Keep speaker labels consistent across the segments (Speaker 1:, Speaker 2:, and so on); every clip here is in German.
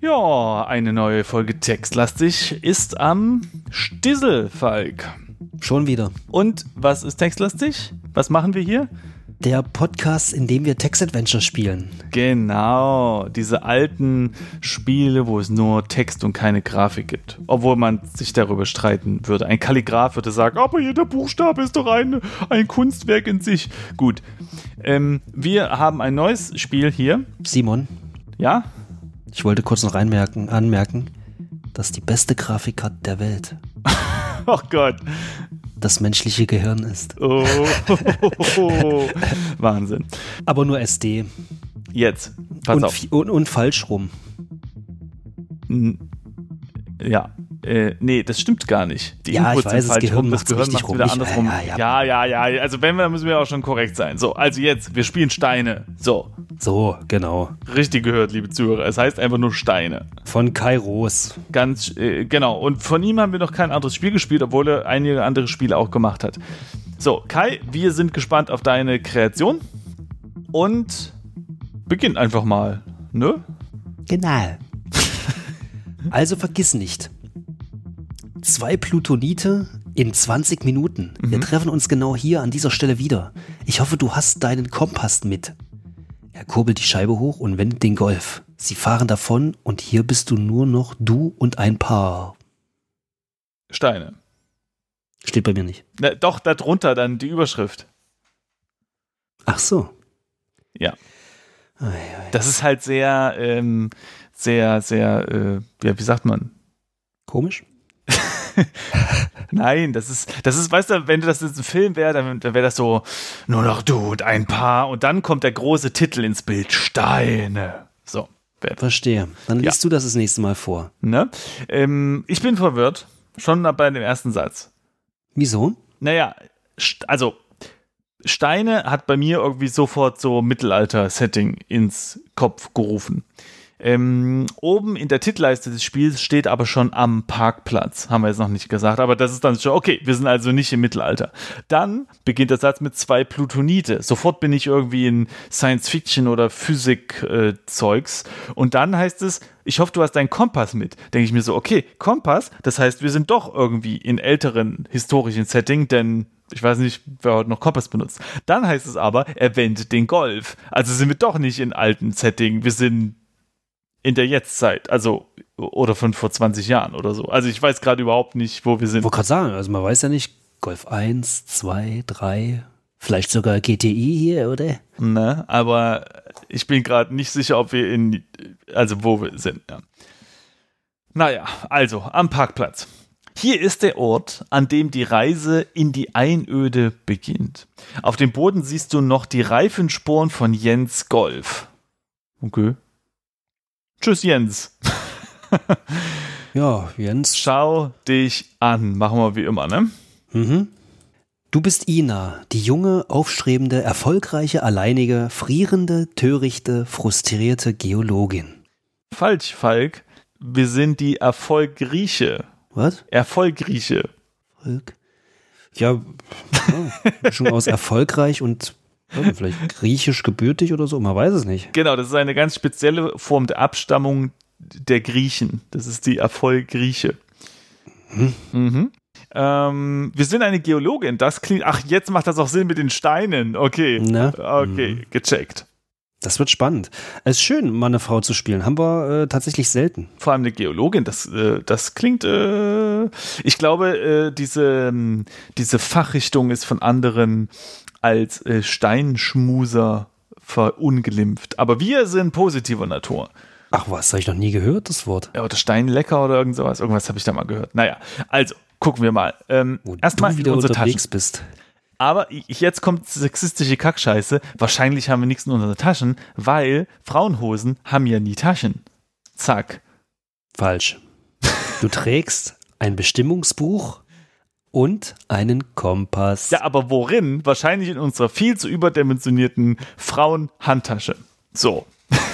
Speaker 1: Ja, eine neue Folge Textlastig ist am Stissel, Falk.
Speaker 2: Schon wieder.
Speaker 1: Und was ist Textlastig? Was machen wir hier?
Speaker 2: Der Podcast, in dem wir Text-Adventure spielen.
Speaker 1: Genau, diese alten Spiele, wo es nur Text und keine Grafik gibt. Obwohl man sich darüber streiten würde. Ein Kalligraph würde sagen, aber jeder Buchstabe ist doch ein, ein Kunstwerk in sich. Gut, ähm, wir haben ein neues Spiel hier.
Speaker 2: Simon,
Speaker 1: Ja,
Speaker 2: ich wollte kurz noch einmerken, anmerken, dass die beste Grafik hat der Welt
Speaker 1: oh Gott.
Speaker 2: das menschliche Gehirn ist.
Speaker 1: Oh. Wahnsinn.
Speaker 2: Aber nur SD.
Speaker 1: Jetzt, pass
Speaker 2: Und,
Speaker 1: auf.
Speaker 2: fi- und, und falsch rum.
Speaker 1: N- Ja. Äh, nee, das stimmt gar nicht. Die
Speaker 2: Ja, ich
Speaker 1: Inputs
Speaker 2: weiß,
Speaker 1: sind
Speaker 2: das
Speaker 1: falsch
Speaker 2: Gehirn
Speaker 1: rum, das
Speaker 2: macht's
Speaker 1: Gehirn
Speaker 2: richtig
Speaker 1: macht
Speaker 2: rum.
Speaker 1: wieder
Speaker 2: Ich-
Speaker 1: andersrum.
Speaker 2: ja,
Speaker 1: ja,
Speaker 2: ja,
Speaker 1: ja, ja. Also wenn, wir müssen wir auch schon korrekt sein. So, also jetzt, wir spielen Steine. So,
Speaker 2: So, genau.
Speaker 1: richtig gehört, liebe Zuhörer. Es heißt einfach nur Steine.
Speaker 2: Von Kai Roos.
Speaker 1: Ganz, äh, genau. Und von ihm haben wir noch kein anderes Spiel gespielt, obwohl er einige andere Spiele auch gemacht hat. So, Kai, wir sind gespannt auf deine Kreation. Und beginn einfach mal. Ne?
Speaker 2: Genau. Also vergiss nicht. Zwei Plutonite in 20 Minuten. Wir treffen uns genau hier an dieser Stelle wieder. Ich hoffe, du hast deinen Kompass mit. Er kurbelt die Scheibe hoch und wendet den Golf. Sie fahren davon und hier bist du nur noch du und ein Paar.
Speaker 1: Steine.
Speaker 2: Steht bei mir nicht.
Speaker 1: Na, doch, darunter dann die Überschrift.
Speaker 2: Ach so.
Speaker 1: Ja.
Speaker 2: Ei,
Speaker 1: Das ist halt sehr, ähm, sehr, sehr, äh, ja, wie sagt man?
Speaker 2: Komisch.
Speaker 1: Nein, das ist, das ist, weißt du, wenn das jetzt ein Film wäre, dann, dann wäre das so, nur noch du und ein Paar und dann kommt der große Titel ins Bild, Steine. So, wär-
Speaker 2: Verstehe. Dann
Speaker 1: Ja.
Speaker 2: liest du das das nächste Mal vor.
Speaker 1: ne? Ähm, ich bin verwirrt, schon bei dem ersten Satz.
Speaker 2: Wieso?
Speaker 1: Naja, st- also Steine hat bei mir irgendwie sofort so Mittelalter-Setting ins Kopf gerufen. Ähm, oben in der Titelleiste des Spiels steht aber schon am Parkplatz, haben wir jetzt noch nicht gesagt, aber das ist dann schon, okay, wir sind also nicht im Mittelalter. Dann beginnt der Satz mit zwei Plutonite. Sofort bin ich irgendwie in Science-Fiction oder Physik-Zeugs. Und dann heißt es, ich hoffe, du hast deinen Kompass mit. Denke ich mir so, okay, Kompass, das heißt, wir sind doch irgendwie in älteren historischen Setting, denn ich weiß nicht, wer heute noch Kompass benutzt. Dann heißt es aber, er wendet den Golf. Also sind wir doch nicht in alten Setting, wir sind in der Jetztzeit, also oder von vor 20 Jahren oder so. Also ich weiß gerade überhaupt nicht, wo wir sind.
Speaker 2: wollte gerade sagen, also man weiß ja nicht, Golf 1, 2, 3, vielleicht sogar GTI hier, oder?
Speaker 1: Ne? Aber ich bin gerade nicht sicher, ob wir in, also wo wir sind. Ja. Naja, also am Parkplatz. Hier ist der Ort, an dem die Reise in die Einöde beginnt. Auf dem Boden siehst du noch die Reifenspuren von Jens Golf. Okay. Tschüss Jens.
Speaker 2: Ja, Jens.
Speaker 1: Schau dich an. Machen wir wie immer, ne?
Speaker 2: Mhm. Du bist Ina, die junge, aufstrebende, erfolgreiche, alleinige, frierende, törichte, frustrierte Geologin.
Speaker 1: Falsch, Falk. Wir sind die Erfolgrieche.
Speaker 2: Was?
Speaker 1: Erfolgrieche.
Speaker 2: Volk? Ja, ja schon aus erfolgreich und ja, vielleicht griechisch gebürtig oder so, man weiß es nicht.
Speaker 1: Genau, das ist eine ganz spezielle Form der Abstammung der Griechen. Das ist die Erfolg-Grieche. Mhm. Ähm, wir sind eine Geologin. Das klingt. Ach, jetzt macht das auch Sinn mit den Steinen. Okay.
Speaker 2: Ne?
Speaker 1: Ah, Okay, gecheckt.
Speaker 2: Das wird spannend. Es ist schön, mal eine Frau zu spielen. Haben wir äh, tatsächlich selten.
Speaker 1: Vor allem eine Geologin, das, äh, das klingt. Äh, ich glaube, äh, diese, ähm, diese Fachrichtung ist von anderen als äh, Steinschmuser verunglimpft. Aber wir sind positiver Natur.
Speaker 2: Ach was, habe ich noch nie gehört, das Wort.
Speaker 1: Ja, oder Steinlecker oder irgend sowas. Irgendwas habe ich da mal gehört. Naja, also gucken wir mal. Ähm,
Speaker 2: Wo
Speaker 1: Erstmal
Speaker 2: Oh, du
Speaker 1: wieder
Speaker 2: wieder
Speaker 1: unsere
Speaker 2: unterwegs
Speaker 1: Taschen.
Speaker 2: bist.
Speaker 1: Aber i- jetzt kommt sexistische Kackscheiße. Wahrscheinlich haben wir nichts in unseren Taschen, weil Frauenhosen haben ja nie Taschen. Zack.
Speaker 2: Falsch. Du trägst ein Bestimmungsbuch und einen Kompass.
Speaker 1: Ja, aber worin? Wahrscheinlich in unserer viel zu überdimensionierten Frauenhandtasche. So.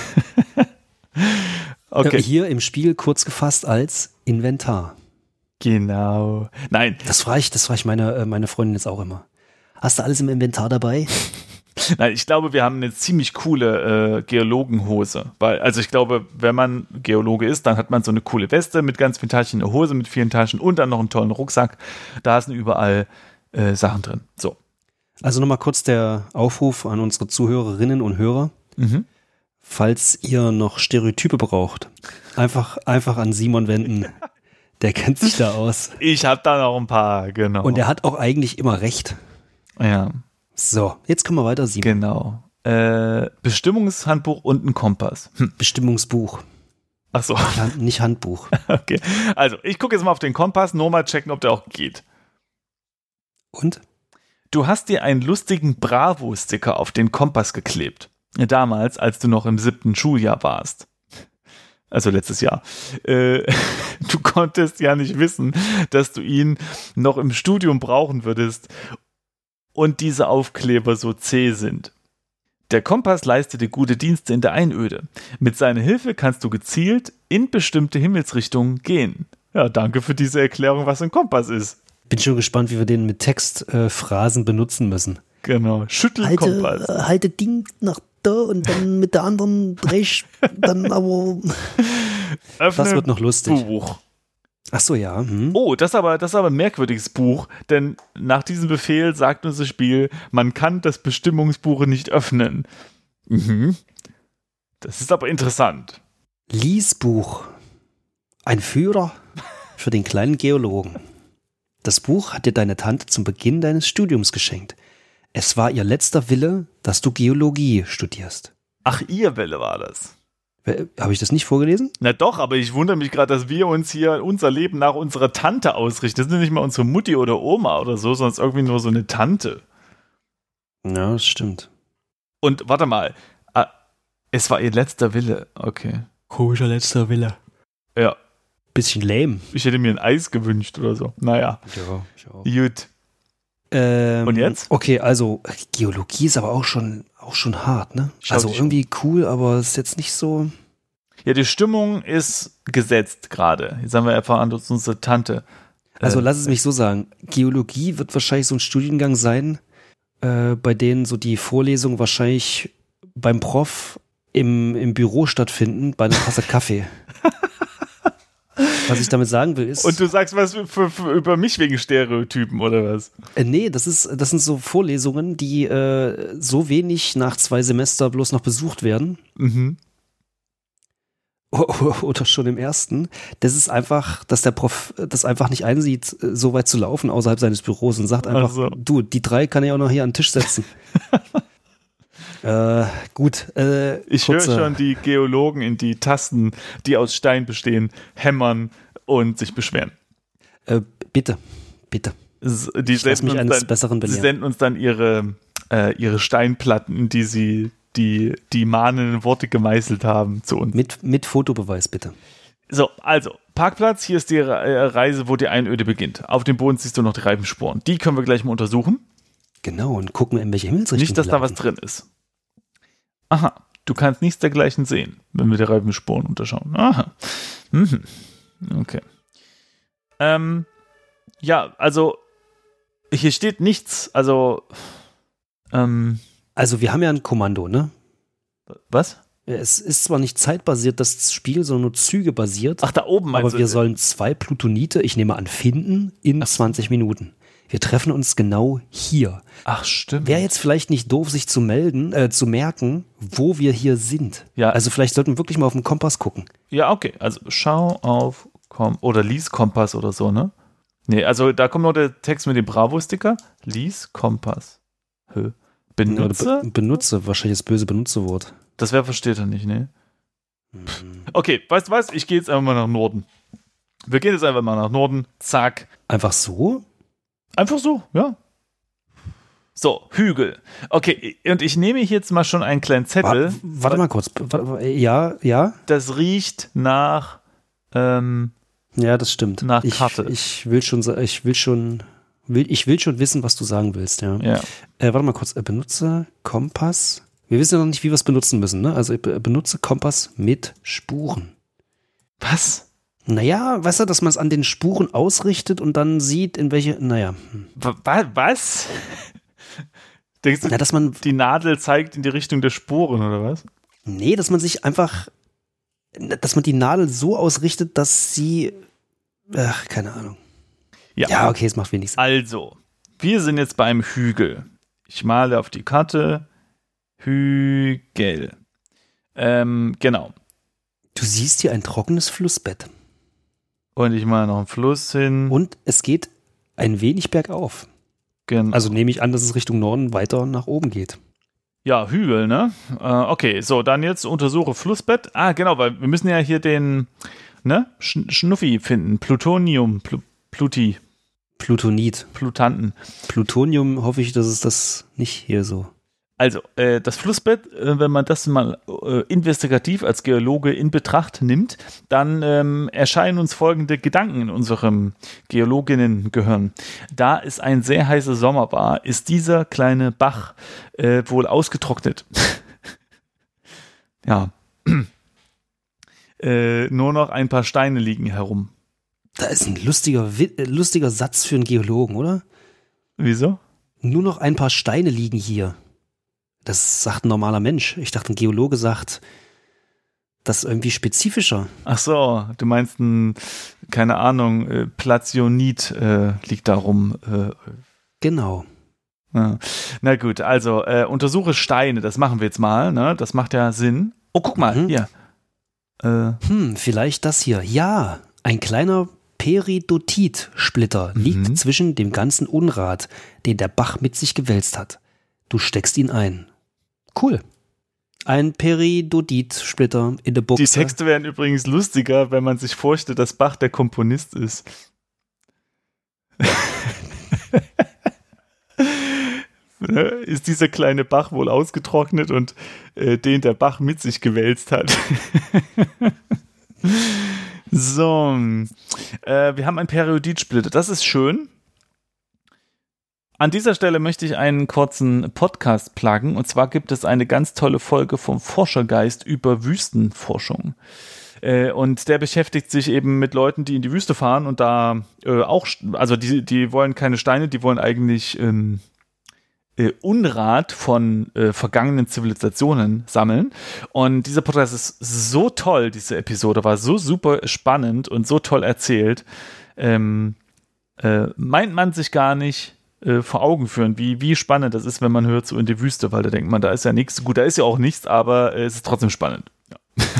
Speaker 1: okay.
Speaker 2: Äh, Hier im Spiel kurz gefasst als Inventar.
Speaker 1: Genau. Nein,
Speaker 2: Das frage ich, das frage ich meine, äh, meine Freundin jetzt auch immer. Hast du alles im Inventar dabei?
Speaker 1: Nein, ich glaube, wir haben eine ziemlich coole äh, Geologenhose. Weil, also ich glaube, wenn man Geologe ist, dann hat man so eine coole Weste mit ganz vielen Taschen, eine Hose mit vielen Taschen und dann noch einen tollen Rucksack. Da sind überall äh, Sachen drin. So.
Speaker 2: Also nochmal kurz der Aufruf an unsere Zuhörerinnen und Hörer.
Speaker 1: Mhm.
Speaker 2: Falls ihr noch Stereotype braucht, einfach, einfach an Simon wenden. Der kennt sich da aus.
Speaker 1: Ich habe da noch ein paar, genau.
Speaker 2: Und er hat auch eigentlich immer recht.
Speaker 1: ja,
Speaker 2: So, jetzt können wir weiter, Simon.
Speaker 1: genau. Äh, Bestimmungshandbuch und ein Kompass. Hm.
Speaker 2: Bestimmungsbuch,
Speaker 1: Ach so,
Speaker 2: Han- nicht Handbuch.
Speaker 1: okay. Also, ich gucke jetzt mal auf den Kompass, nur mal checken, ob der auch geht.
Speaker 2: Und?
Speaker 1: Du hast dir einen lustigen Bravo-Sticker auf den Kompass geklebt. Damals, als du noch im siebten Schuljahr warst. Also letztes Jahr. Äh, du konntest ja nicht wissen, dass du ihn noch im Studium brauchen würdest und diese Aufkleber so zäh sind. Der Kompass leistete gute Dienste in der Einöde. Mit seiner Hilfe kannst du gezielt in bestimmte Himmelsrichtungen gehen. Ja, danke für diese Erklärung, was ein Kompass ist.
Speaker 2: Bin schon gespannt, wie wir den mit Textphrasen äh, Phrasen benutzen müssen.
Speaker 1: Genau, Schüttelkompass.
Speaker 2: äh, halte Ding nach da und dann mit der anderen Dreh, dann aber.
Speaker 1: Öffne
Speaker 2: Das wird noch lustig.
Speaker 1: Buch.
Speaker 2: Ach so, ja. Hm.
Speaker 1: Oh, das ist aber, das ist aber ein merkwürdiges Buch, denn nach diesem Befehl sagt uns das Spiel, man kann das Bestimmungsbuch nicht öffnen. Mhm. Das ist aber interessant.
Speaker 2: Liesbuch. Ein Führer für den kleinen Geologen. Das Buch hat dir deine Tante zum Beginn deines Studiums geschenkt. Es war ihr letzter Wille, dass du Geologie studierst.
Speaker 1: Ach, ihr Welle war das.
Speaker 2: Äh, Habe ich das nicht vorgelesen?
Speaker 1: Na doch, aber ich wundere mich gerade, dass wir uns hier unser Leben nach unserer Tante ausrichten. Das ist nicht mal unsere Mutti oder Oma oder so, sondern es ist irgendwie nur so eine Tante.
Speaker 2: Ja, das stimmt.
Speaker 1: Und warte mal, ah, es war ihr letzter Wille. Okay.
Speaker 2: Komischer letzter Wille.
Speaker 1: Ja,
Speaker 2: Bisschen lame.
Speaker 1: ich hätte mir ein Eis gewünscht oder so. Naja,
Speaker 2: Ja, ich auch.
Speaker 1: gut.
Speaker 2: Ähm,
Speaker 1: Und jetzt?
Speaker 2: Okay, also Geologie ist aber auch schon, auch schon hart, ne?
Speaker 1: Schau
Speaker 2: also
Speaker 1: dich um.
Speaker 2: irgendwie cool, aber ist jetzt nicht so.
Speaker 1: Ja, die Stimmung ist gesetzt gerade. Jetzt haben wir erfahren, dass unsere Tante.
Speaker 2: Also
Speaker 1: äh,
Speaker 2: lass es mich so sagen. Geologie wird wahrscheinlich so ein Studiengang sein, äh, bei denen so die Vorlesungen wahrscheinlich beim Prof im, im Büro stattfinden, bei einer Tasse Kaffee. Was ich damit sagen will, ist.
Speaker 1: Und du sagst was für, für, über mich wegen Stereotypen oder was?
Speaker 2: Äh, nee, das, ist, das sind so Vorlesungen, die äh, so wenig nach zwei Semester bloß noch besucht werden.
Speaker 1: Mhm.
Speaker 2: oder schon im ersten, das ist einfach, dass der Prof äh, das einfach nicht einsieht, äh, so weit zu laufen außerhalb seines Büros und sagt einfach,
Speaker 1: Ach so.
Speaker 2: du, die drei kann ich auch noch hier an den Tisch setzen. äh, gut, äh,
Speaker 1: Ich höre
Speaker 2: kurze,
Speaker 1: schon die Geologen in die Tasten, die aus Stein bestehen, hämmern und sich beschweren.
Speaker 2: äh, bitte, bitte.
Speaker 1: S- Die
Speaker 2: Ich lass mich
Speaker 1: uns
Speaker 2: eines
Speaker 1: dann,
Speaker 2: Besseren
Speaker 1: Sie
Speaker 2: belehren.
Speaker 1: senden uns dann ihre, äh, ihre Steinplatten, in die sie die, die mahnenden Worte gemeißelt haben, zu uns.
Speaker 2: Mit, mit Fotobeweis bitte.
Speaker 1: So, also, Parkplatz, hier ist die Re- äh, Reise, wo die Einöde beginnt. Auf dem Boden siehst du noch die Reifenspuren. Die können wir gleich mal untersuchen.
Speaker 2: Genau, und gucken, in welche Himmelsrichtung
Speaker 1: Nicht, dass
Speaker 2: die
Speaker 1: da was
Speaker 2: laufen.
Speaker 1: drin ist. Aha, du kannst nichts dergleichen sehen, wenn wir die Reifenspuren unterschauen. Aha. Mhm. Okay. Ähm, ja, also, hier steht nichts, also, ähm,
Speaker 2: Also wir haben ja ein Kommando, ne?
Speaker 1: was?
Speaker 2: Es ist zwar nicht zeitbasiert, das Spiel, sondern nur Züge basiert.
Speaker 1: Ach, da oben meinst
Speaker 2: Aber
Speaker 1: du?
Speaker 2: wir
Speaker 1: äh,
Speaker 2: sollen zwei Plutonite, ich nehme an, finden in 20 Minuten. Wir treffen uns genau hier.
Speaker 1: Ach, stimmt.
Speaker 2: Wäre jetzt vielleicht nicht doof, sich zu melden, äh, zu merken, wo wir hier sind.
Speaker 1: Ja.
Speaker 2: Also vielleicht sollten wir wirklich mal auf den Kompass gucken.
Speaker 1: Ja, okay. Also schau auf Kom oder lies Kompass oder so, ne? Nee, also da kommt noch der Text mit dem Bravo-Sticker. Lies Kompass. Hö. Benutze?
Speaker 2: Oder Be benutze, wahrscheinlich das böse Benutzerwort.
Speaker 1: Das wer versteht er nicht, ne? Okay, weißt du was? Ich gehe jetzt einfach mal nach Norden. Wir gehen jetzt einfach mal nach Norden. Zack.
Speaker 2: Einfach so?
Speaker 1: Einfach so, ja. So, Hügel. Okay, und ich nehme hier jetzt mal schon einen kleinen
Speaker 2: Wa
Speaker 1: Zettel.
Speaker 2: warte mal kurz. Warte, mal. ja, ja.
Speaker 1: Das riecht nach ähm,
Speaker 2: Ja, das stimmt.
Speaker 1: Nach
Speaker 2: ich,
Speaker 1: Karte.
Speaker 2: ich will schon, sa- ich will schon Will, ich will schon wissen, was du sagen willst, ja.
Speaker 1: Ja.
Speaker 2: Äh, warte mal kurz. Äh, benutze Kompass. Wir wissen ja noch nicht, wie wir es benutzen müssen, ne? Also äh, benutze Kompass mit Spuren.
Speaker 1: Was?
Speaker 2: Naja, weißt du, dass man es an den Spuren ausrichtet und dann sieht, in welche. Naja.
Speaker 1: Wa- wa- Was? Denkst du,
Speaker 2: Na, dass man.
Speaker 1: die Nadel zeigt in die Richtung der Sporen oder was?
Speaker 2: Nee, dass man sich einfach. Dass man die Nadel so ausrichtet, dass sie. Ach, keine Ahnung. Ja, okay, es macht wenig Sinn.
Speaker 1: Also, wir sind jetzt bei einem Hügel. Ich male auf die Karte Hügel. Ähm, genau.
Speaker 2: Du siehst hier ein trockenes Flussbett.
Speaker 1: Und ich male noch einen Fluss hin.
Speaker 2: Und es geht ein wenig bergauf.
Speaker 1: Gen-
Speaker 2: Also nehme ich an, dass es Richtung Norden weiter nach oben geht.
Speaker 1: Ja, Hügel, ne? Äh, okay, so, dann jetzt untersuche Flussbett. Ah, genau, weil wir müssen ja hier den, ne? Sch Schnuffi finden. Plutonium, Plu Pluti,
Speaker 2: Plutonit.
Speaker 1: Plutanten.
Speaker 2: Plutonium hoffe ich, dass es das nicht hier so.
Speaker 1: Also, äh, das Flussbett, äh, wenn man das mal äh, investigativ als Geologe in Betracht nimmt, dann ähm, erscheinen uns folgende Gedanken in unserem Geologinnengehirn. Da es ein sehr heißer Sommer war, ist dieser kleine Bach äh, wohl ausgetrocknet. ja. äh, nur noch ein paar Steine liegen herum.
Speaker 2: Da ist ein lustiger, Wi- äh, lustiger Satz für einen Geologen, oder?
Speaker 1: Wieso?
Speaker 2: Nur noch ein paar Steine liegen hier. Das sagt ein normaler Mensch. Ich dachte, ein Geologe sagt das irgendwie spezifischer.
Speaker 1: Ach so, du meinst ein, keine Ahnung, äh, Plazionit äh, liegt da rum. Äh,
Speaker 2: Genau.
Speaker 1: Ja. Na gut, also äh, untersuche Steine, das machen wir jetzt mal, ne? Das macht ja Sinn. Oh, guck mal,
Speaker 2: Mhm.
Speaker 1: hier. Äh,
Speaker 2: Hm, vielleicht das hier. Ja, ein kleiner Peridotit-Splitter liegt zwischen dem ganzen Unrat, den der Bach mit sich gewälzt hat. Du steckst ihn ein. Cool. Ein Peridotit-Splitter in der Buchse.
Speaker 1: die Texte wären übrigens lustiger, wenn man sich vorstellt, dass Bach der Komponist ist. Ne? ist dieser kleine Bach wohl ausgetrocknet und äh, den der Bach mit sich gewälzt hat. so, äh, wir haben einen Perioditsplitter. Das ist schön. An dieser Stelle möchte ich einen kurzen Podcast pluggen. Und zwar gibt es eine ganz tolle Folge vom Forschergeist über Wüstenforschung. Äh, Und der beschäftigt sich eben mit Leuten, die in die Wüste fahren und da äh, auch, st- also die, die wollen keine Steine, die wollen eigentlich ähm, äh, Unrat von äh, vergangenen Zivilisationen sammeln. Und dieser Podcast ist so toll, diese Episode war so super spannend und so toll erzählt. Ähm, äh, meint man sich gar nicht äh, vor Augen führen, wie, wie spannend das ist, wenn man hört so in die Wüste, weil da denkt man, da ist ja nichts. Gut, da ist ja auch nichts, aber äh, es ist trotzdem spannend.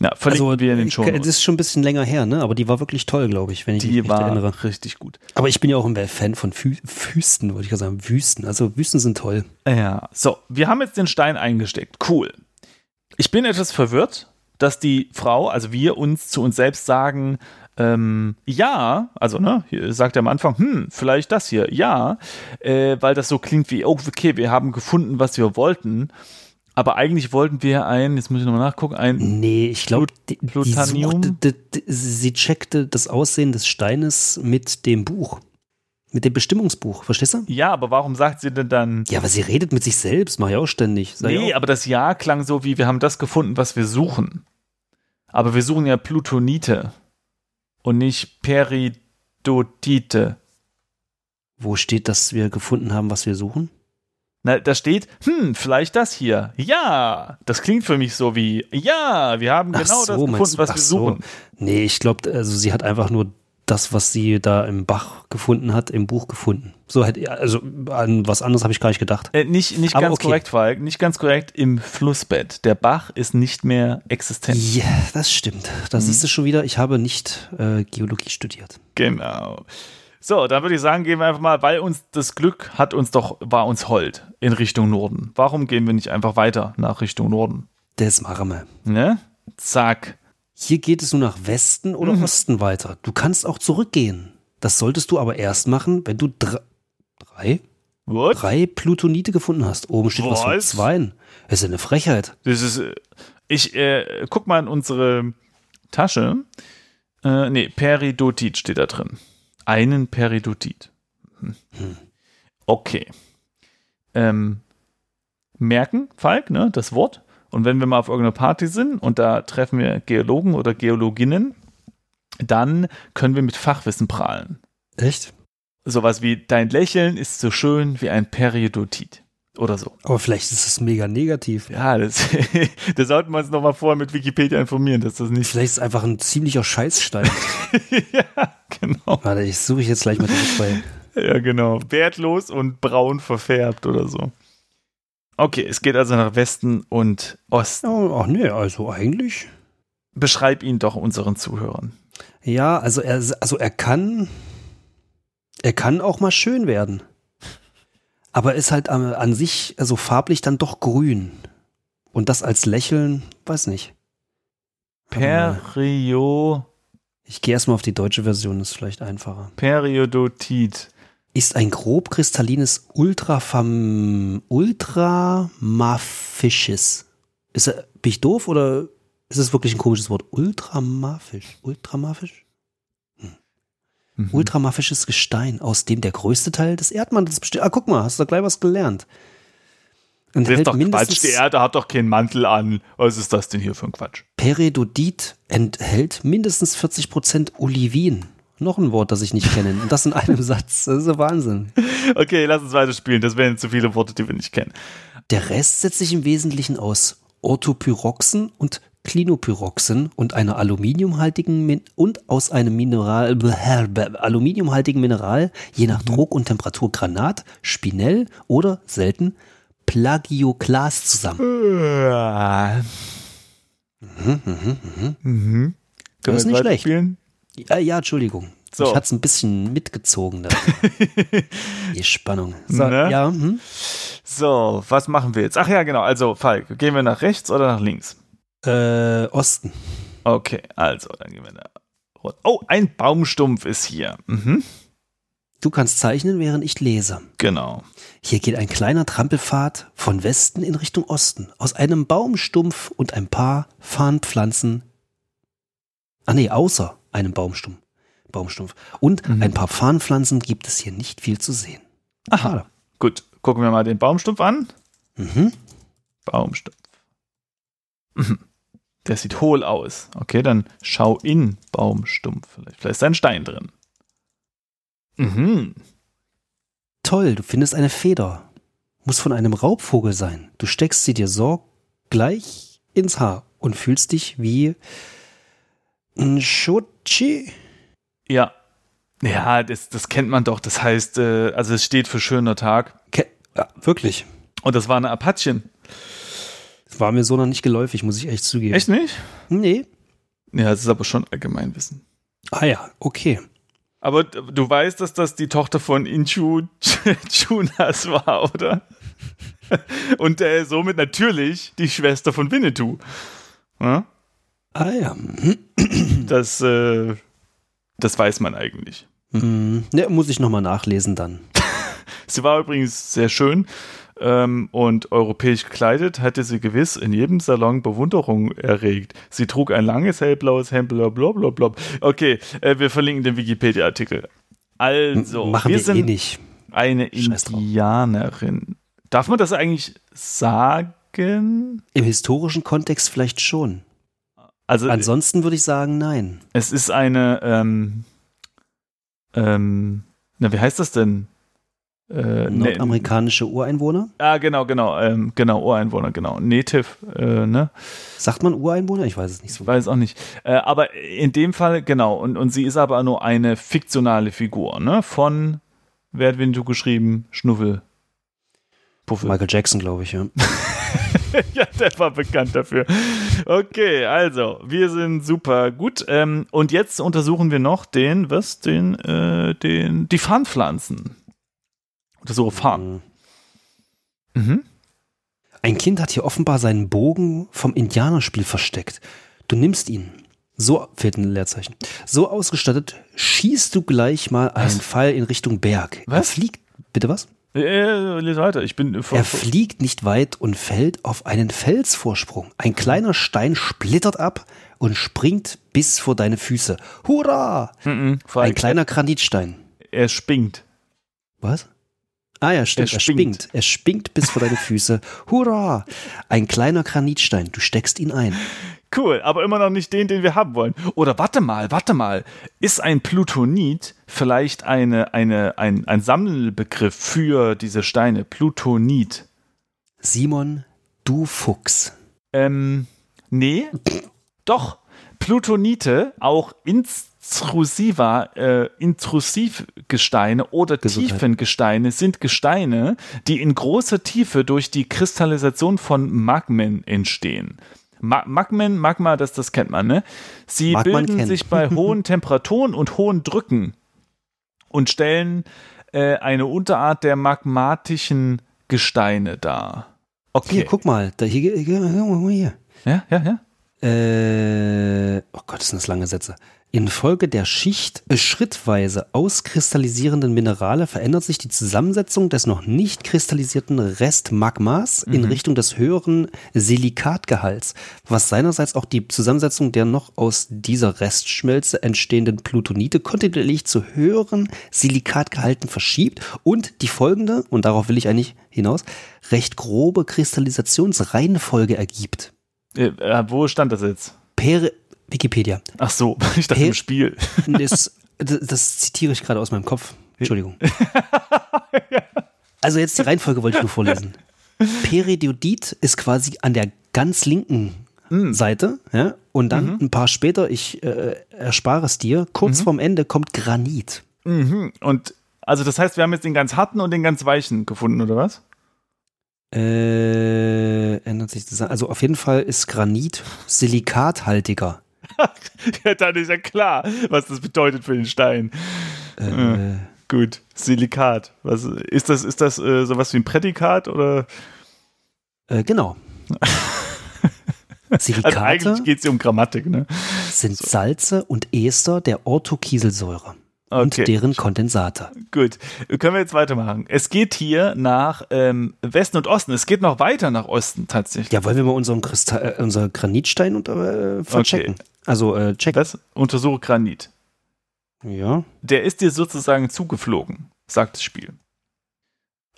Speaker 1: Ja, ja verlinken wir in den
Speaker 2: Also, ich-
Speaker 1: Show.
Speaker 2: Das ist schon ein bisschen länger her, ne? Aber die war wirklich toll, glaube ich, wenn ich mich
Speaker 1: Die
Speaker 2: recht
Speaker 1: war
Speaker 2: erinnere.
Speaker 1: richtig gut.
Speaker 2: Aber ich bin ja auch ein Fan von Fü Wüsten, wollte ich gerade sagen. Wüsten. Also Wüsten sind toll.
Speaker 1: Ja, so, wir haben jetzt den Stein eingesteckt. Cool. Ich bin etwas verwirrt, dass die Frau, also wir uns zu uns selbst sagen, ähm, ja, also ne, hier sagt er am Anfang, hm, vielleicht das hier, ja, äh, weil das so klingt wie, oh, okay, wir haben gefunden, was wir wollten, aber eigentlich wollten wir ein, jetzt muss ich nochmal nachgucken, ein,
Speaker 2: Nee, ich glaube, die, die
Speaker 1: Plutonium?
Speaker 2: suchte, die, die, sie checkte das Aussehen des Steines mit dem Buch. Mit dem Bestimmungsbuch, verstehst du?
Speaker 1: ja, aber warum sagt sie denn dann,
Speaker 2: Ja, aber sie redet mit sich selbst, mach ich auch ständig. Sag ich
Speaker 1: nee,
Speaker 2: auch.
Speaker 1: aber das Ja klang so wie, wir haben das gefunden, was wir suchen. Aber wir suchen ja Plutonite und nicht Peridotite.
Speaker 2: Wo steht, dass wir gefunden haben, was wir suchen?
Speaker 1: Na, da steht, hm, vielleicht das hier. Ja, das klingt für mich so wie, ja, wir haben
Speaker 2: Ach
Speaker 1: genau
Speaker 2: so,
Speaker 1: das
Speaker 2: meinst
Speaker 1: gefunden,
Speaker 2: du-
Speaker 1: was
Speaker 2: ach
Speaker 1: wir suchen.
Speaker 2: So. Nee, ich glaube, also sie hat einfach nur das, was sie da im Bach gefunden hat, im Buch gefunden. So hätte also an was anderes habe ich gar nicht gedacht.
Speaker 1: Äh, nicht nicht
Speaker 2: Aber
Speaker 1: ganz
Speaker 2: okay.
Speaker 1: korrekt, Falk, nicht ganz korrekt im Flussbett. Der Bach ist nicht mehr existent.
Speaker 2: Ja, das stimmt. Da
Speaker 1: Mhm.
Speaker 2: siehst du schon wieder, ich habe nicht äh, Geologie studiert.
Speaker 1: Genau. So, dann würde ich sagen, gehen wir einfach mal, weil uns das Glück hat uns doch, war uns hold in Richtung Norden. Warum gehen wir nicht einfach weiter nach Richtung Norden?
Speaker 2: Des Marme.
Speaker 1: Ne? Zack.
Speaker 2: Hier geht es nur nach Westen oder
Speaker 1: Mhm.
Speaker 2: Osten weiter. Du kannst auch zurückgehen. Das solltest du aber erst machen, wenn du dr drei,
Speaker 1: What?
Speaker 2: drei Plutonite gefunden hast. Oben steht was, von
Speaker 1: Was?
Speaker 2: zweien. Das ist ja eine Frechheit.
Speaker 1: Das ist, äh, ich, äh, guck mal in unsere Tasche. Äh, nee, Peridotit steht da drin. Einen Peridotit.
Speaker 2: Hm.
Speaker 1: Okay. Ähm, merken, Falk, ne, das Wort. Und wenn wir mal auf irgendeiner Party sind und da treffen wir Geologen oder Geologinnen, dann können wir mit Fachwissen prahlen.
Speaker 2: Echt?
Speaker 1: Sowas wie dein Lächeln ist so schön wie ein Periodotit oder so.
Speaker 2: Aber vielleicht ist es mega negativ.
Speaker 1: Ja, das, da sollten wir uns nochmal vorher mit Wikipedia informieren, dass das nicht.
Speaker 2: Vielleicht ist es einfach ein ziemlicher Scheißstein.
Speaker 1: ja, genau.
Speaker 2: Warte, ich suche ich jetzt gleich mal den bei.
Speaker 1: Ja, genau. Wertlos und braun verfärbt oder so. Okay, es geht also nach Westen und Osten.
Speaker 2: Oh, ach nee, also eigentlich.
Speaker 1: Beschreib ihn doch unseren Zuhörern.
Speaker 2: Ja, also er, also er kann, er kann auch mal schön werden. Aber ist halt an, an sich, also farblich dann doch grün. Und das als Lächeln, weiß nicht. Warte mal.
Speaker 1: Perio,
Speaker 2: Ich gehe erstmal auf die deutsche Version, ist vielleicht einfacher.
Speaker 1: Periodotit.
Speaker 2: Ist ein grob kristallines Ultrafam, Ultramafisches. Ist, er- bin ich doof oder ist es wirklich ein komisches Wort? Ultramafisch. Ultramafisch?
Speaker 1: Mhm.
Speaker 2: Ultramafisches Gestein, aus dem der größte Teil des Erdmantels besteht. Ah, guck mal, hast du da gleich was gelernt. Und
Speaker 1: Das ist doch Quatsch. Die Erde hat doch keinen Mantel an. Was ist das denn hier für ein Quatsch?
Speaker 2: Peridodit enthält mindestens 40% Olivin. Noch ein Wort, das ich nicht kenne. Und das in einem Satz. Das ist der Wahnsinn.
Speaker 1: Okay, lass uns weiterspielen. Das wären zu viele Worte, die wir nicht kennen.
Speaker 2: Der Rest setzt sich im Wesentlichen aus Orthopyroxen und Clinopyroxen und einer aluminiumhaltigen Min und aus einem Mineral aluminiumhaltigen Mineral, je
Speaker 1: Mhm.
Speaker 2: nach Druck und Temperatur Granat, Spinell oder selten Plagioklas zusammen.
Speaker 1: Mhm, Hm.
Speaker 2: mhm,
Speaker 1: mhm. Können
Speaker 2: ist
Speaker 1: wir
Speaker 2: nicht
Speaker 1: weiter
Speaker 2: schlecht.
Speaker 1: Spielen?
Speaker 2: Ja, ja, Entschuldigung.
Speaker 1: So.
Speaker 2: Ich hatte es ein bisschen mitgezogen. Da. die Spannung. So,
Speaker 1: Ne?
Speaker 2: ja, hm?
Speaker 1: So, was machen wir jetzt? Ach ja, genau. Also, Falk, gehen wir nach rechts oder nach links?
Speaker 2: äh, Osten.
Speaker 1: Okay, also, dann gehen wir nach. Oh, ein Baumstumpf ist hier. Mhm,
Speaker 2: Du kannst zeichnen, während ich lese.
Speaker 1: genau.
Speaker 2: Hier geht ein kleiner Trampelpfad von Westen in Richtung Osten. Aus einem Baumstumpf und ein paar Farnpflanzen. Ah nee, außer einem Baumstumpf. Baumstumpf. Und
Speaker 1: Mhm.
Speaker 2: ein paar Farnpflanzen gibt es hier nicht viel zu sehen.
Speaker 1: Aha. Gut, gucken wir mal den Baumstumpf an.
Speaker 2: Mhm.
Speaker 1: Baumstumpf. Mhm. Der sieht hohl aus. Okay, dann schau in Baumstumpf. Vielleicht, vielleicht ist da ein Stein drin. Mhm.
Speaker 2: Toll, du findest eine Feder. Muss von einem Raubvogel sein. Du steckst sie dir sorggleich ins Haar und fühlst dich wie ein Shochi.
Speaker 1: Ja. Ja, das, das kennt man doch. Das heißt, äh, also es steht für schöner Tag.
Speaker 2: Ke ja, wirklich.
Speaker 1: Und das war eine Apatchen.
Speaker 2: Das war mir so noch nicht geläufig, muss ich echt zugeben.
Speaker 1: Echt nicht?
Speaker 2: Nee.
Speaker 1: Ja, das ist aber schon Allgemeinwissen.
Speaker 2: Ah ja, okay.
Speaker 1: Aber d- du weißt, dass das die Tochter von Inchu Chunas war, oder? Und äh, somit natürlich die Schwester von Winnetou. Ja?
Speaker 2: Ah ja. Hm.
Speaker 1: Das, äh, das weiß man eigentlich.
Speaker 2: Hm. Ne, muss ich nochmal nachlesen dann.
Speaker 1: Sie war übrigens sehr schön ähm, und europäisch gekleidet, hatte sie gewiss in jedem Salon Bewunderung erregt. Sie trug ein langes hellblaues Hemd, blablabla. Okay, äh, wir verlinken den Wikipedia-Artikel. Also,
Speaker 2: Machen wir,
Speaker 1: sind
Speaker 2: eh nicht.
Speaker 1: eine
Speaker 2: Scheiß drauf.
Speaker 1: Indianerin. Darf man das eigentlich sagen?
Speaker 2: Im historischen Kontext vielleicht schon.
Speaker 1: Also,
Speaker 2: Ansonsten würde ich sagen, nein.
Speaker 1: es ist eine, ähm, ähm, na, wie heißt das denn? Äh, ne-
Speaker 2: Nordamerikanische Ureinwohner?
Speaker 1: Ah, genau, genau, ähm, genau, Ureinwohner, genau. Native, äh, ne?
Speaker 2: Sagt man Ureinwohner? Ich weiß es nicht so.
Speaker 1: Ich weiß auch nicht. Äh, aber in dem Fall, genau, und, und sie ist aber nur eine fiktionale Figur, ne? Von, wer hat Winnetou geschrieben? Schnuffel. Puffel.
Speaker 2: Michael Jackson, glaube ich, ja.
Speaker 1: Ja, der war bekannt dafür. Okay, also, wir sind super gut. Ähm, und jetzt untersuchen wir noch den, was? Den, äh, den, die Farnpflanzen. Untersuche Farn.
Speaker 2: Hm.
Speaker 1: Mhm.
Speaker 2: Ein Kind hat hier offenbar seinen Bogen vom Indianerspiel versteckt. Du nimmst ihn. So, fehlt ein Leerzeichen. So ausgestattet, schießt du gleich mal einen Pfeil in Richtung Berg. Er
Speaker 1: Was?
Speaker 2: fliegt. Bitte was?
Speaker 1: Äh, lese weiter. Ich bin.
Speaker 2: Er fliegt nicht weit und fällt auf einen Felsvorsprung. Ein kleiner Stein splittert ab und springt bis vor deine Füße. Hurra!
Speaker 1: Mhm,
Speaker 2: Ein kleiner Granitstein.
Speaker 1: er springt.
Speaker 2: Was? Ah ja, stimmt.
Speaker 1: Er
Speaker 2: Er spinkt.
Speaker 1: spinkt.
Speaker 2: Er spinkt bis vor deine Füße. Hurra! Ein kleiner Granitstein. Du steckst ihn ein.
Speaker 1: Cool, aber immer noch nicht den, den wir haben wollen. Oder warte mal, warte mal. Ist ein Plutonit vielleicht eine, eine, ein, ein Sammelbegriff für diese Steine? Plutonit.
Speaker 2: Simon, du Fuchs.
Speaker 1: Ähm, nee. Doch. Plutonite, auch intrusiva, äh, Intrusivgesteine oder
Speaker 2: Gesundheit.
Speaker 1: Tiefengesteine sind Gesteine, die in großer Tiefe durch die Kristallisation von Magmen entstehen. Ma Magmen, Magma, das, das kennt man, ne? Sie
Speaker 2: Mag man
Speaker 1: bilden
Speaker 2: kennen.
Speaker 1: sich bei hohen Temperaturen und hohen Drücken und stellen äh, eine Unterart der magmatischen Gesteine dar. Okay.
Speaker 2: Hier, guck mal. Da, hier, hier, hier, hier.
Speaker 1: Ja, ja, ja.
Speaker 2: Äh, oh Gott, das sind das lange Sätze. Infolge der Schicht äh, schrittweise auskristallisierenden Minerale verändert sich die Zusammensetzung des noch nicht kristallisierten Restmagmas in Richtung des höheren Silikatgehalts, was seinerseits auch die Zusammensetzung der noch aus dieser Restschmelze entstehenden Plutonite kontinuierlich zu höheren Silikatgehalten verschiebt und die folgende, und darauf will ich eigentlich hinaus, recht grobe Kristallisationsreihenfolge ergibt.
Speaker 1: Äh, äh, wo stand das jetzt?
Speaker 2: Peri Wikipedia.
Speaker 1: Ach so, ich dachte
Speaker 2: Hä?
Speaker 1: im Spiel.
Speaker 2: Das, das, das zitiere ich gerade aus meinem Kopf. Entschuldigung. Also jetzt die Reihenfolge wollte ich nur vorlesen. Periodit ist quasi an der ganz linken
Speaker 1: Hm.
Speaker 2: Seite. Ja? Und
Speaker 1: Mhm.
Speaker 2: dann ein paar später, ich äh, erspare es dir, kurz vorm Ende kommt Granit.
Speaker 1: Mhm. Und also das heißt, wir haben jetzt den ganz harten und den ganz weichen gefunden, oder was?
Speaker 2: Äh, ändert sich das? Also auf jeden Fall ist Granit silikathaltiger.
Speaker 1: ja, dann ist ja klar, was das bedeutet für den Stein.
Speaker 2: Äh,
Speaker 1: Gut, Silikat. Was, ist das, ist das äh, sowas wie ein Prädikat oder?
Speaker 2: äh, genau.
Speaker 1: Also
Speaker 2: Silikate.
Speaker 1: eigentlich geht es um Grammatik, ne?
Speaker 2: sind Salze und Ester der Orthokieselsäure und
Speaker 1: Okay.
Speaker 2: deren Kondensate.
Speaker 1: Gut, können wir jetzt weitermachen. Es geht hier nach ähm, Westen und Osten. Es geht noch weiter nach Osten tatsächlich.
Speaker 2: Ja, wollen wir mal unseren, Kristall, äh, unseren Granitstein und, äh, verchecken? Also äh, checken.
Speaker 1: Das untersuche Granit.
Speaker 2: Ja.
Speaker 1: Der ist dir sozusagen zugeflogen, sagt das Spiel.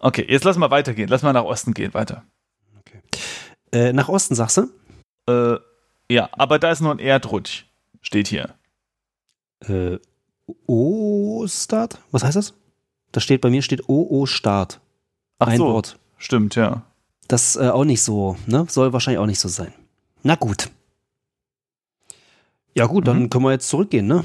Speaker 1: Okay, jetzt lass mal weitergehen. Lass mal nach Osten gehen, weiter.
Speaker 2: Äh, nach Osten sagst du?
Speaker 1: Äh, ja, aber da ist nur ein Erdrutsch, steht hier.
Speaker 2: Äh, O-Start? Was heißt das? Da steht bei mir steht O-O-Start.
Speaker 1: Ach
Speaker 2: Ein
Speaker 1: so,
Speaker 2: Wort.
Speaker 1: stimmt, ja.
Speaker 2: Das äh, auch nicht so, ne? Soll wahrscheinlich auch nicht so sein. Na gut. Ja gut,
Speaker 1: Mhm.
Speaker 2: dann können wir jetzt zurückgehen, ne?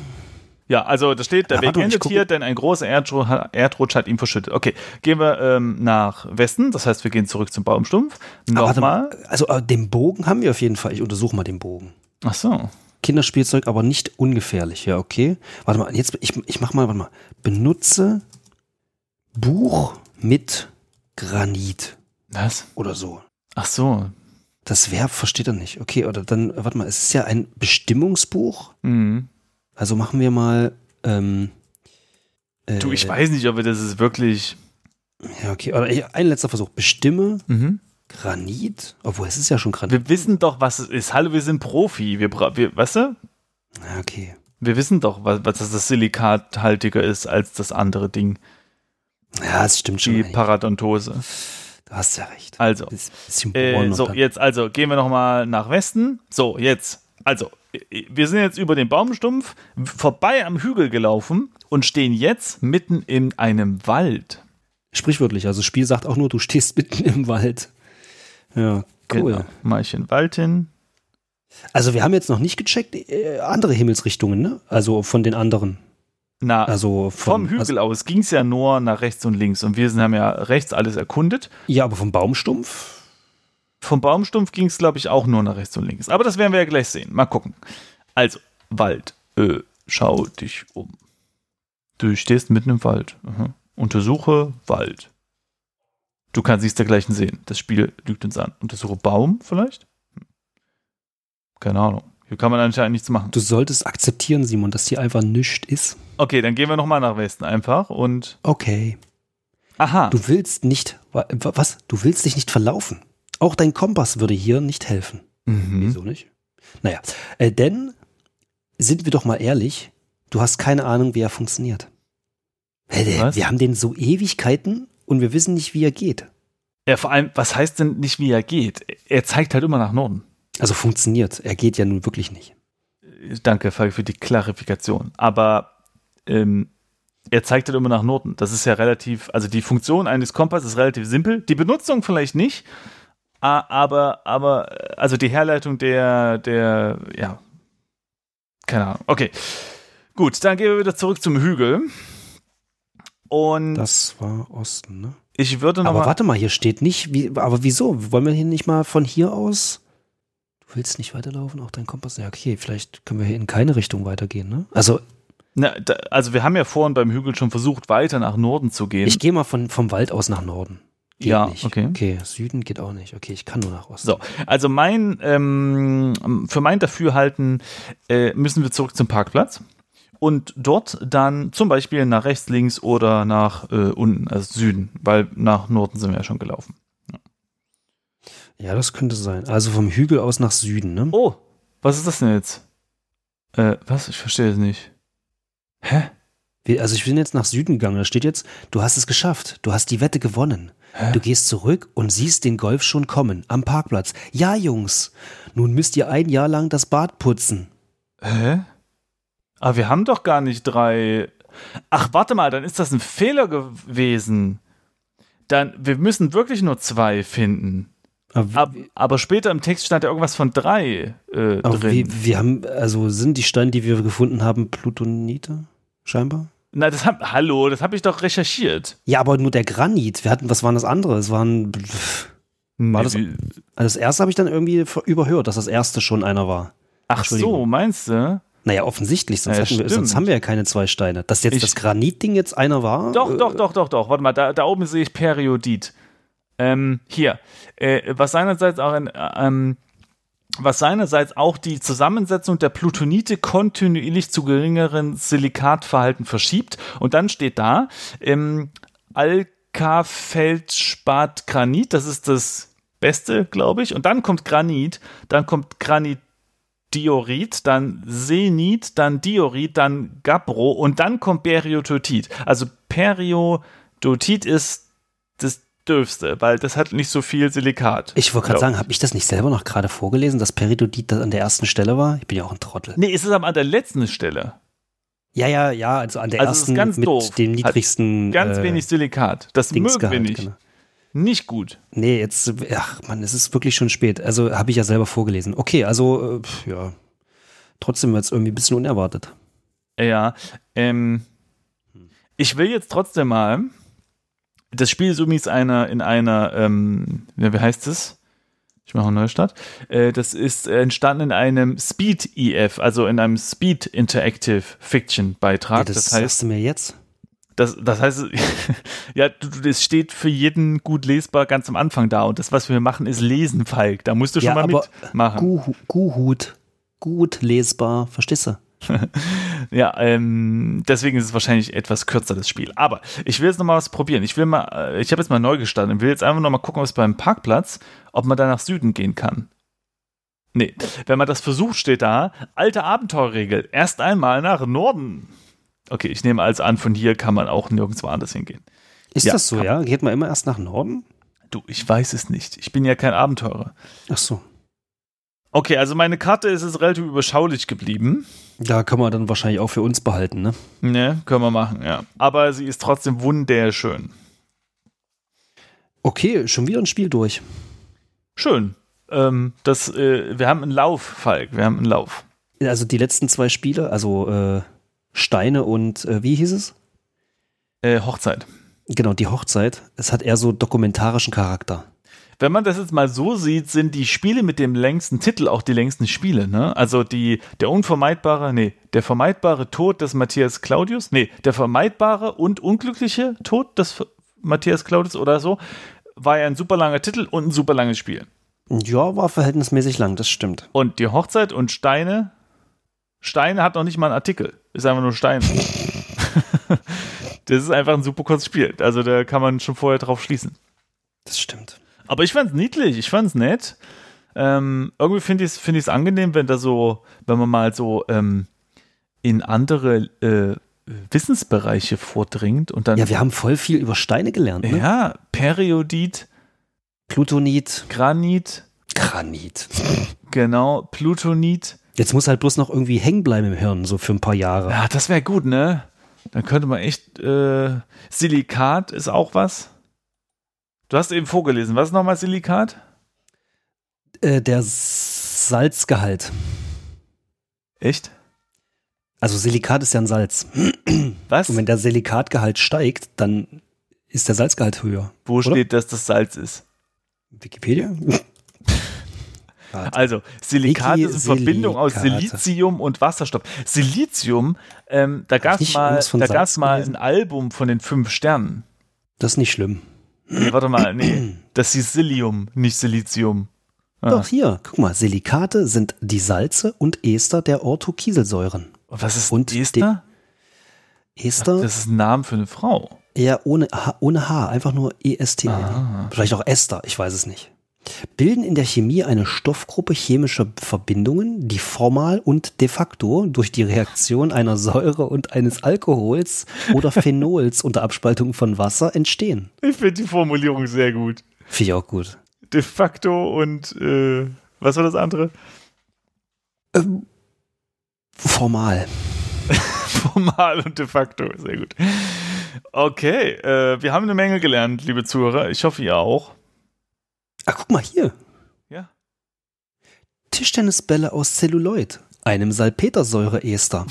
Speaker 1: Ja, also da steht, der
Speaker 2: Ja,
Speaker 1: Weg
Speaker 2: warte, ich
Speaker 1: endet
Speaker 2: gucke.
Speaker 1: hier, denn ein großer Erdru Erdrutsch hat ihn verschüttet. Okay, gehen wir ähm, nach Westen, das heißt, wir gehen zurück zum Baumstumpf.
Speaker 2: Aber warte
Speaker 1: Nochmal.
Speaker 2: mal, Also äh, den Bogen haben wir auf jeden Fall. Ich untersuche mal den Bogen.
Speaker 1: Ach so.
Speaker 2: Kinderspielzeug, aber nicht ungefährlich. Ja, okay. Warte mal, jetzt, ich, ich mach mal, warte mal. Benutze Buch mit Granit
Speaker 1: Was?
Speaker 2: oder so.
Speaker 1: Ach so.
Speaker 2: Das Verb versteht er nicht. Okay, oder dann, warte mal, es ist ja ein Bestimmungsbuch.
Speaker 1: Mhm.
Speaker 2: Also machen wir mal. Ähm, äh,
Speaker 1: Du, ich weiß nicht, ob wir das ist wirklich.
Speaker 2: Ja, okay. Oder ich, ein letzter Versuch. Bestimme
Speaker 1: Mhm.
Speaker 2: Granit. Obwohl, es ist ja schon Granit.
Speaker 1: Wir wissen doch, was es ist. Hallo, wir sind Profi. Wir, bra- wir weißt du?
Speaker 2: Ja, okay.
Speaker 1: Wir wissen doch, was, was das silikathaltiger ist als das andere Ding,
Speaker 2: Ja, es stimmt schon.
Speaker 1: die
Speaker 2: eigentlich.
Speaker 1: Paradontose.
Speaker 2: Du hast ja recht.
Speaker 1: Also,
Speaker 2: Bis- Bisschen
Speaker 1: Äh,
Speaker 2: Bohren
Speaker 1: so,
Speaker 2: und dann-
Speaker 1: jetzt also gehen wir nochmal nach Westen. So, jetzt. Also, äh, wir sind jetzt über den Baumstumpf w- vorbei am Hügel gelaufen und stehen jetzt mitten in einem Wald.
Speaker 2: Sprichwörtlich, also das Spiel sagt auch nur, du stehst mitten im Wald. Ja, cool.
Speaker 1: Genau. Mach ich in den Wald hin.
Speaker 2: Also wir haben jetzt noch nicht gecheckt, äh, andere Himmelsrichtungen, ne? Also von den anderen.
Speaker 1: Na,
Speaker 2: Also
Speaker 1: vom
Speaker 2: von,
Speaker 1: Hügel
Speaker 2: Also,
Speaker 1: aus ging es ja nur nach rechts und links und wir sind, haben ja rechts alles erkundet.
Speaker 2: ja, aber vom Baumstumpf.
Speaker 1: Vom Baumstumpf ging es, glaube ich, auch nur nach rechts und links. Aber das werden wir ja gleich sehen. Mal gucken. Also, Wald. Äh, schau dich um. Du stehst mitten im Wald. Mhm. Untersuche Wald. Du kannst nichts dergleichen sehen. Das Spiel lügt uns an. Untersuche Baum vielleicht? Hm. Keine Ahnung. Hier kann man anscheinend nichts machen.
Speaker 2: Du solltest akzeptieren, Simon, dass hier einfach nichts ist.
Speaker 1: Okay, dann gehen wir nochmal nach Westen einfach und.
Speaker 2: Okay.
Speaker 1: Aha.
Speaker 2: Du willst nicht, wa- wa- was? Du willst dich nicht verlaufen. Auch dein Kompass würde hier nicht helfen.
Speaker 1: Mhm.
Speaker 2: Wieso nicht? Naja, äh, denn, sind wir doch mal ehrlich, du hast keine Ahnung, wie er funktioniert. Hey, der-
Speaker 1: Was?
Speaker 2: Wir haben den so Ewigkeiten und wir wissen nicht, wie er geht.
Speaker 1: Ja, vor allem, was heißt denn nicht, wie er geht? Er zeigt halt immer nach Norden.
Speaker 2: Also funktioniert. Er geht ja nun wirklich nicht.
Speaker 1: Danke, Falk, für die Klarifikation. Aber ähm, er zeigt halt immer nach Noten. Das ist ja relativ, also die Funktion eines Kompasses ist relativ simpel. Die Benutzung vielleicht nicht, a- aber, aber, äh, also die Herleitung der, der, ja, keine Ahnung. Okay, gut, dann gehen wir wieder zurück zum Hügel. Und
Speaker 2: Das war Osten, ne?
Speaker 1: ich würde
Speaker 2: Aber
Speaker 1: nochmal,
Speaker 2: warte mal, hier steht nicht, wie, aber wieso? Wollen wir hier nicht mal von hier aus? Du willst nicht weiterlaufen, auch dein Kompass? Ja, okay, vielleicht können wir hier in keine Richtung weitergehen, ne? Also,
Speaker 1: na, da, also wir haben ja vorhin beim Hügel schon versucht, weiter nach Norden zu gehen.
Speaker 2: ich gehe mal von, vom Wald aus nach Norden. Geht
Speaker 1: Ja,
Speaker 2: nicht.
Speaker 1: okay.
Speaker 2: Okay, Süden geht auch nicht. Okay, ich kann nur nach Osten.
Speaker 1: So, also mein, ähm, für mein Dafürhalten äh, müssen wir zurück zum Parkplatz und dort dann zum Beispiel nach rechts, links oder nach äh, unten, also Süden, weil nach Norden sind wir ja schon gelaufen.
Speaker 2: Ja, das könnte sein. Also vom Hügel aus nach Süden, ne?
Speaker 1: Oh, was ist das denn jetzt? Äh, was? Ich verstehe es nicht. Hä?
Speaker 2: Wir, also ich bin jetzt nach Süden gegangen. Da steht jetzt, du hast es geschafft. Du hast die Wette gewonnen. Du gehst zurück und siehst den Golf schon kommen. Am Parkplatz. Ja, Jungs. Nun müsst ihr ein Jahr lang das Bad putzen.
Speaker 1: Hä? Aber wir haben doch gar nicht drei. Ach, warte mal, dann ist das ein Fehler gewesen. Dann, wir müssen wirklich nur zwei finden.
Speaker 2: Aber,
Speaker 1: Ab, aber später im Text stand ja irgendwas von drei äh,
Speaker 2: aber
Speaker 1: drin.
Speaker 2: wir, wir haben, also sind die Steine, die wir gefunden haben, Plutonite? Scheinbar?
Speaker 1: Na, das hab, hallo, das habe ich doch recherchiert.
Speaker 2: Ja, aber nur der Granit. Wir hatten, was waren das andere? Es waren, pff,
Speaker 1: War
Speaker 2: das- also das erste habe ich dann irgendwie ver- überhört, dass das erste schon einer war.
Speaker 1: Ach so,
Speaker 2: Entschuldigung.
Speaker 1: meinst du?
Speaker 2: Naja, offensichtlich, sonst,
Speaker 1: Ja,
Speaker 2: hätten wir, sonst
Speaker 1: stimmt.
Speaker 2: haben wir ja keine zwei Steine. Dass jetzt
Speaker 1: Ich-
Speaker 2: das Granitding jetzt einer war?
Speaker 1: Doch,
Speaker 2: äh,
Speaker 1: doch, doch, doch, doch. Warte mal, da, da oben sehe ich Periodit. Ähm, hier. Äh, was seinerseits auch ein, äh, ähm, was seinerseits auch die Zusammensetzung der Plutonite kontinuierlich zu geringeren Silikatverhalten verschiebt. Und dann steht da, ähm, Alkafeldspat-Granit, das ist das Beste, glaube ich. Und dann kommt Granit, dann kommt Granit Diorit, dann Senit, dann Diorit, dann Gabbro und dann kommt Periodotit. Also Periodotit ist das Dürfste, weil das hat nicht so viel Silikat.
Speaker 2: Ich wollte gerade
Speaker 1: Glaub-
Speaker 2: sagen, habe ich das nicht selber noch gerade vorgelesen, dass Peridodit da an der ersten Stelle war? Ich bin ja auch ein Trottel.
Speaker 1: Nee, es ist aber an der letzten Stelle.
Speaker 2: Ja, ja, ja, also an der
Speaker 1: Also es ist
Speaker 2: ersten
Speaker 1: ganz
Speaker 2: mit
Speaker 1: doof.
Speaker 2: dem
Speaker 1: Hat
Speaker 2: niedrigsten
Speaker 1: Ganz
Speaker 2: äh,
Speaker 1: wenig Silikat. Das mögen wir
Speaker 2: Dingsgehalt,
Speaker 1: nicht.
Speaker 2: genau.
Speaker 1: Nicht gut.
Speaker 2: Nee, jetzt, ach man, es ist wirklich schon spät. Also habe ich ja selber vorgelesen. Okay, also, äh, pf, ja, trotzdem jetzt irgendwie ein bisschen unerwartet.
Speaker 1: Ja. Ähm, ich will jetzt trotzdem mal. Das Spiel ist übrigens einer in einer, ähm, ja, wie heißt es? Ich mache einen Neustart. Äh, das ist äh, entstanden in einem Speed EF, also in einem Speed Interactive Fiction Beitrag.
Speaker 2: Ja,
Speaker 1: das,
Speaker 2: das
Speaker 1: heißt,
Speaker 2: sagst du mir jetzt?
Speaker 1: das, das heißt, ja, du- du- das steht für jeden gut lesbar ganz am Anfang da. Und das, was wir machen, ist Lesen, Falk. Da musst du schon
Speaker 2: Ja,
Speaker 1: mal
Speaker 2: aber
Speaker 1: mitmachen.
Speaker 2: Guhu- Guhut, gut lesbar, verstehst du?
Speaker 1: Ja, ähm, deswegen ist es wahrscheinlich etwas kürzer, das Spiel. Aber ich will jetzt nochmal was probieren. Ich will mal, äh, ich habe jetzt mal neu gestartet und will jetzt einfach nochmal gucken, ob es beim Parkplatz, ob man da nach Süden gehen kann. Nee, wenn man das versucht, steht da, alte Abenteuerregel, erst einmal nach Norden. Okay, ich nehme also an, von hier kann man auch nirgendwo anders hingehen.
Speaker 2: Ist
Speaker 1: Ja,
Speaker 2: das so,
Speaker 1: kann-
Speaker 2: ja? Geht man immer erst nach Norden?
Speaker 1: Du, ich weiß es nicht. Ich bin ja kein Abenteurer.
Speaker 2: Ach so.
Speaker 1: Okay, also meine Karte ist es relativ überschaulich geblieben.
Speaker 2: Da können wir dann wahrscheinlich auch für uns behalten, ne?
Speaker 1: Ne, können wir machen, ja. Aber sie ist trotzdem wunderschön.
Speaker 2: Okay, schon wieder ein Spiel durch.
Speaker 1: Schön. Ähm, das, äh, wir haben einen Lauf, Falk. Wir haben einen Lauf.
Speaker 2: Also die letzten zwei Spiele, also äh, Steine und äh, wie hieß es?
Speaker 1: Äh, Hochzeit.
Speaker 2: Genau, die Hochzeit. Es hat eher so dokumentarischen Charakter.
Speaker 1: Wenn man das jetzt mal so sieht, sind die Spiele mit dem längsten Titel auch die längsten Spiele, ne? Also die, der unvermeidbare, nee, der vermeidbare Tod des Matthias Claudius, nee, der vermeidbare und unglückliche Tod des Ver- Matthias Claudius oder so, war ja ein super langer Titel und ein super langes Spiel.
Speaker 2: Ja, war verhältnismäßig lang, das stimmt.
Speaker 1: Und die Hochzeit und Steine. Steine hat noch nicht mal einen Artikel. Ist einfach nur Steine. das ist einfach ein super kurzes Spiel. Also da kann man schon vorher drauf schließen.
Speaker 2: Das stimmt.
Speaker 1: Aber ich fand's niedlich, ich fand's nett. Ähm, irgendwie finde ich es find ich's angenehm, wenn da so, wenn man mal so ähm, in andere äh, Wissensbereiche vordringt und dann
Speaker 2: Ja, wir haben voll viel über Steine gelernt. Ne?
Speaker 1: Ja, Periodit,
Speaker 2: Plutonit,
Speaker 1: Granit,
Speaker 2: Granit.
Speaker 1: genau, Plutonit.
Speaker 2: Jetzt muss halt bloß noch irgendwie hängen bleiben im Hirn, so für ein paar Jahre.
Speaker 1: Ja, das wäre gut, ne? Dann könnte man echt äh, Silikat ist auch was. Du hast eben vorgelesen. Was ist nochmal Silikat?
Speaker 2: Äh, der Salzgehalt.
Speaker 1: Echt?
Speaker 2: Also Silikat ist ja ein Salz.
Speaker 1: Was?
Speaker 2: Und wenn der Silikatgehalt steigt, dann ist der Salzgehalt höher.
Speaker 1: Wo
Speaker 2: oder?
Speaker 1: steht, dass das Salz ist?
Speaker 2: Wikipedia?
Speaker 1: Also, Silikat
Speaker 2: Wiki-
Speaker 1: ist eine Verbindung aus
Speaker 2: Silikate.
Speaker 1: Silizium und Wasserstoff. Silizium, ähm, da
Speaker 2: ich
Speaker 1: gab es
Speaker 2: nicht
Speaker 1: mal,
Speaker 2: irgendwas von
Speaker 1: da
Speaker 2: Salz
Speaker 1: gab's mal
Speaker 2: gelesen?
Speaker 1: ein Album von den fünf Sternen.
Speaker 2: Das ist nicht schlimm.
Speaker 1: Nee, warte mal, nee. Das hieß Silium, nicht Silizium. Ah.
Speaker 2: Doch hier, guck mal, Silikate sind die Salze und Ester der Orthokieselsäuren.
Speaker 1: Und was ist
Speaker 2: Und
Speaker 1: Ester?
Speaker 2: Ester,
Speaker 1: Das ist ein Name für eine Frau.
Speaker 2: ja, ohne H, ohne H einfach nur EST.
Speaker 1: Ah.
Speaker 2: Vielleicht auch Ester, ich weiß es nicht. Bilden in der Chemie eine Stoffgruppe chemischer Verbindungen, die formal und de facto durch die Reaktion einer Säure und eines Alkohols oder Phenols unter Abspaltung von Wasser entstehen.
Speaker 1: Ich finde die Formulierung sehr gut.
Speaker 2: Finde ich auch gut.
Speaker 1: De facto und äh, was war das andere?
Speaker 2: Ähm, formal.
Speaker 1: Formal und de facto, sehr gut. Okay, äh, wir haben eine Menge gelernt, liebe Zuhörer. Ich hoffe, ihr auch.
Speaker 2: Ah, guck mal hier.
Speaker 1: Ja.
Speaker 2: Tischtennisbälle aus Celluloid, einem Salpetersäureester.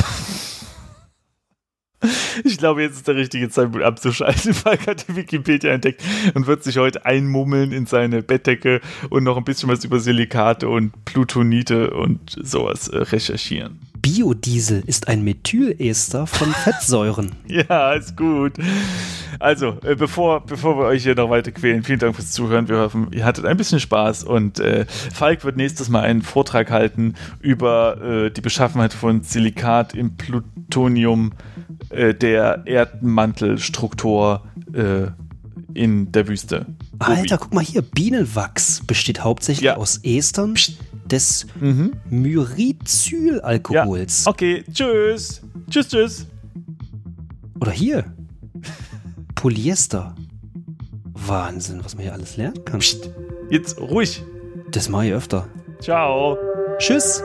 Speaker 1: Ich glaube, jetzt ist der richtige Zeitpunkt abzuschalten. Falk hat die Wikipedia entdeckt und wird sich heute einmummeln in seine Bettdecke und noch ein bisschen was über Silikate und Plutonite und sowas äh, recherchieren.
Speaker 2: Biodiesel ist ein Methylester von Fettsäuren.
Speaker 1: Ja, ist gut. Also, äh, bevor, bevor wir euch hier noch weiter quälen, vielen Dank fürs Zuhören. Wir hoffen, ihr hattet ein bisschen Spaß und äh, Falk wird nächstes Mal einen Vortrag halten über äh, die Beschaffenheit von Silikat im Plutonium äh, der Erdmantelstruktur äh, in der Wüste.
Speaker 2: Alter, guck mal hier. Bienenwachs besteht hauptsächlich
Speaker 1: Ja. Mhm.
Speaker 2: aus Estern des
Speaker 1: Ja.
Speaker 2: Myrizylalkohols.
Speaker 1: Okay, tschüss. Tschüss, tschüss.
Speaker 2: Oder hier. Polyester. Wahnsinn, was man hier alles lernen kann.
Speaker 1: Jetzt ruhig.
Speaker 2: Das mache ich öfter.
Speaker 1: Ciao.
Speaker 2: Tschüss.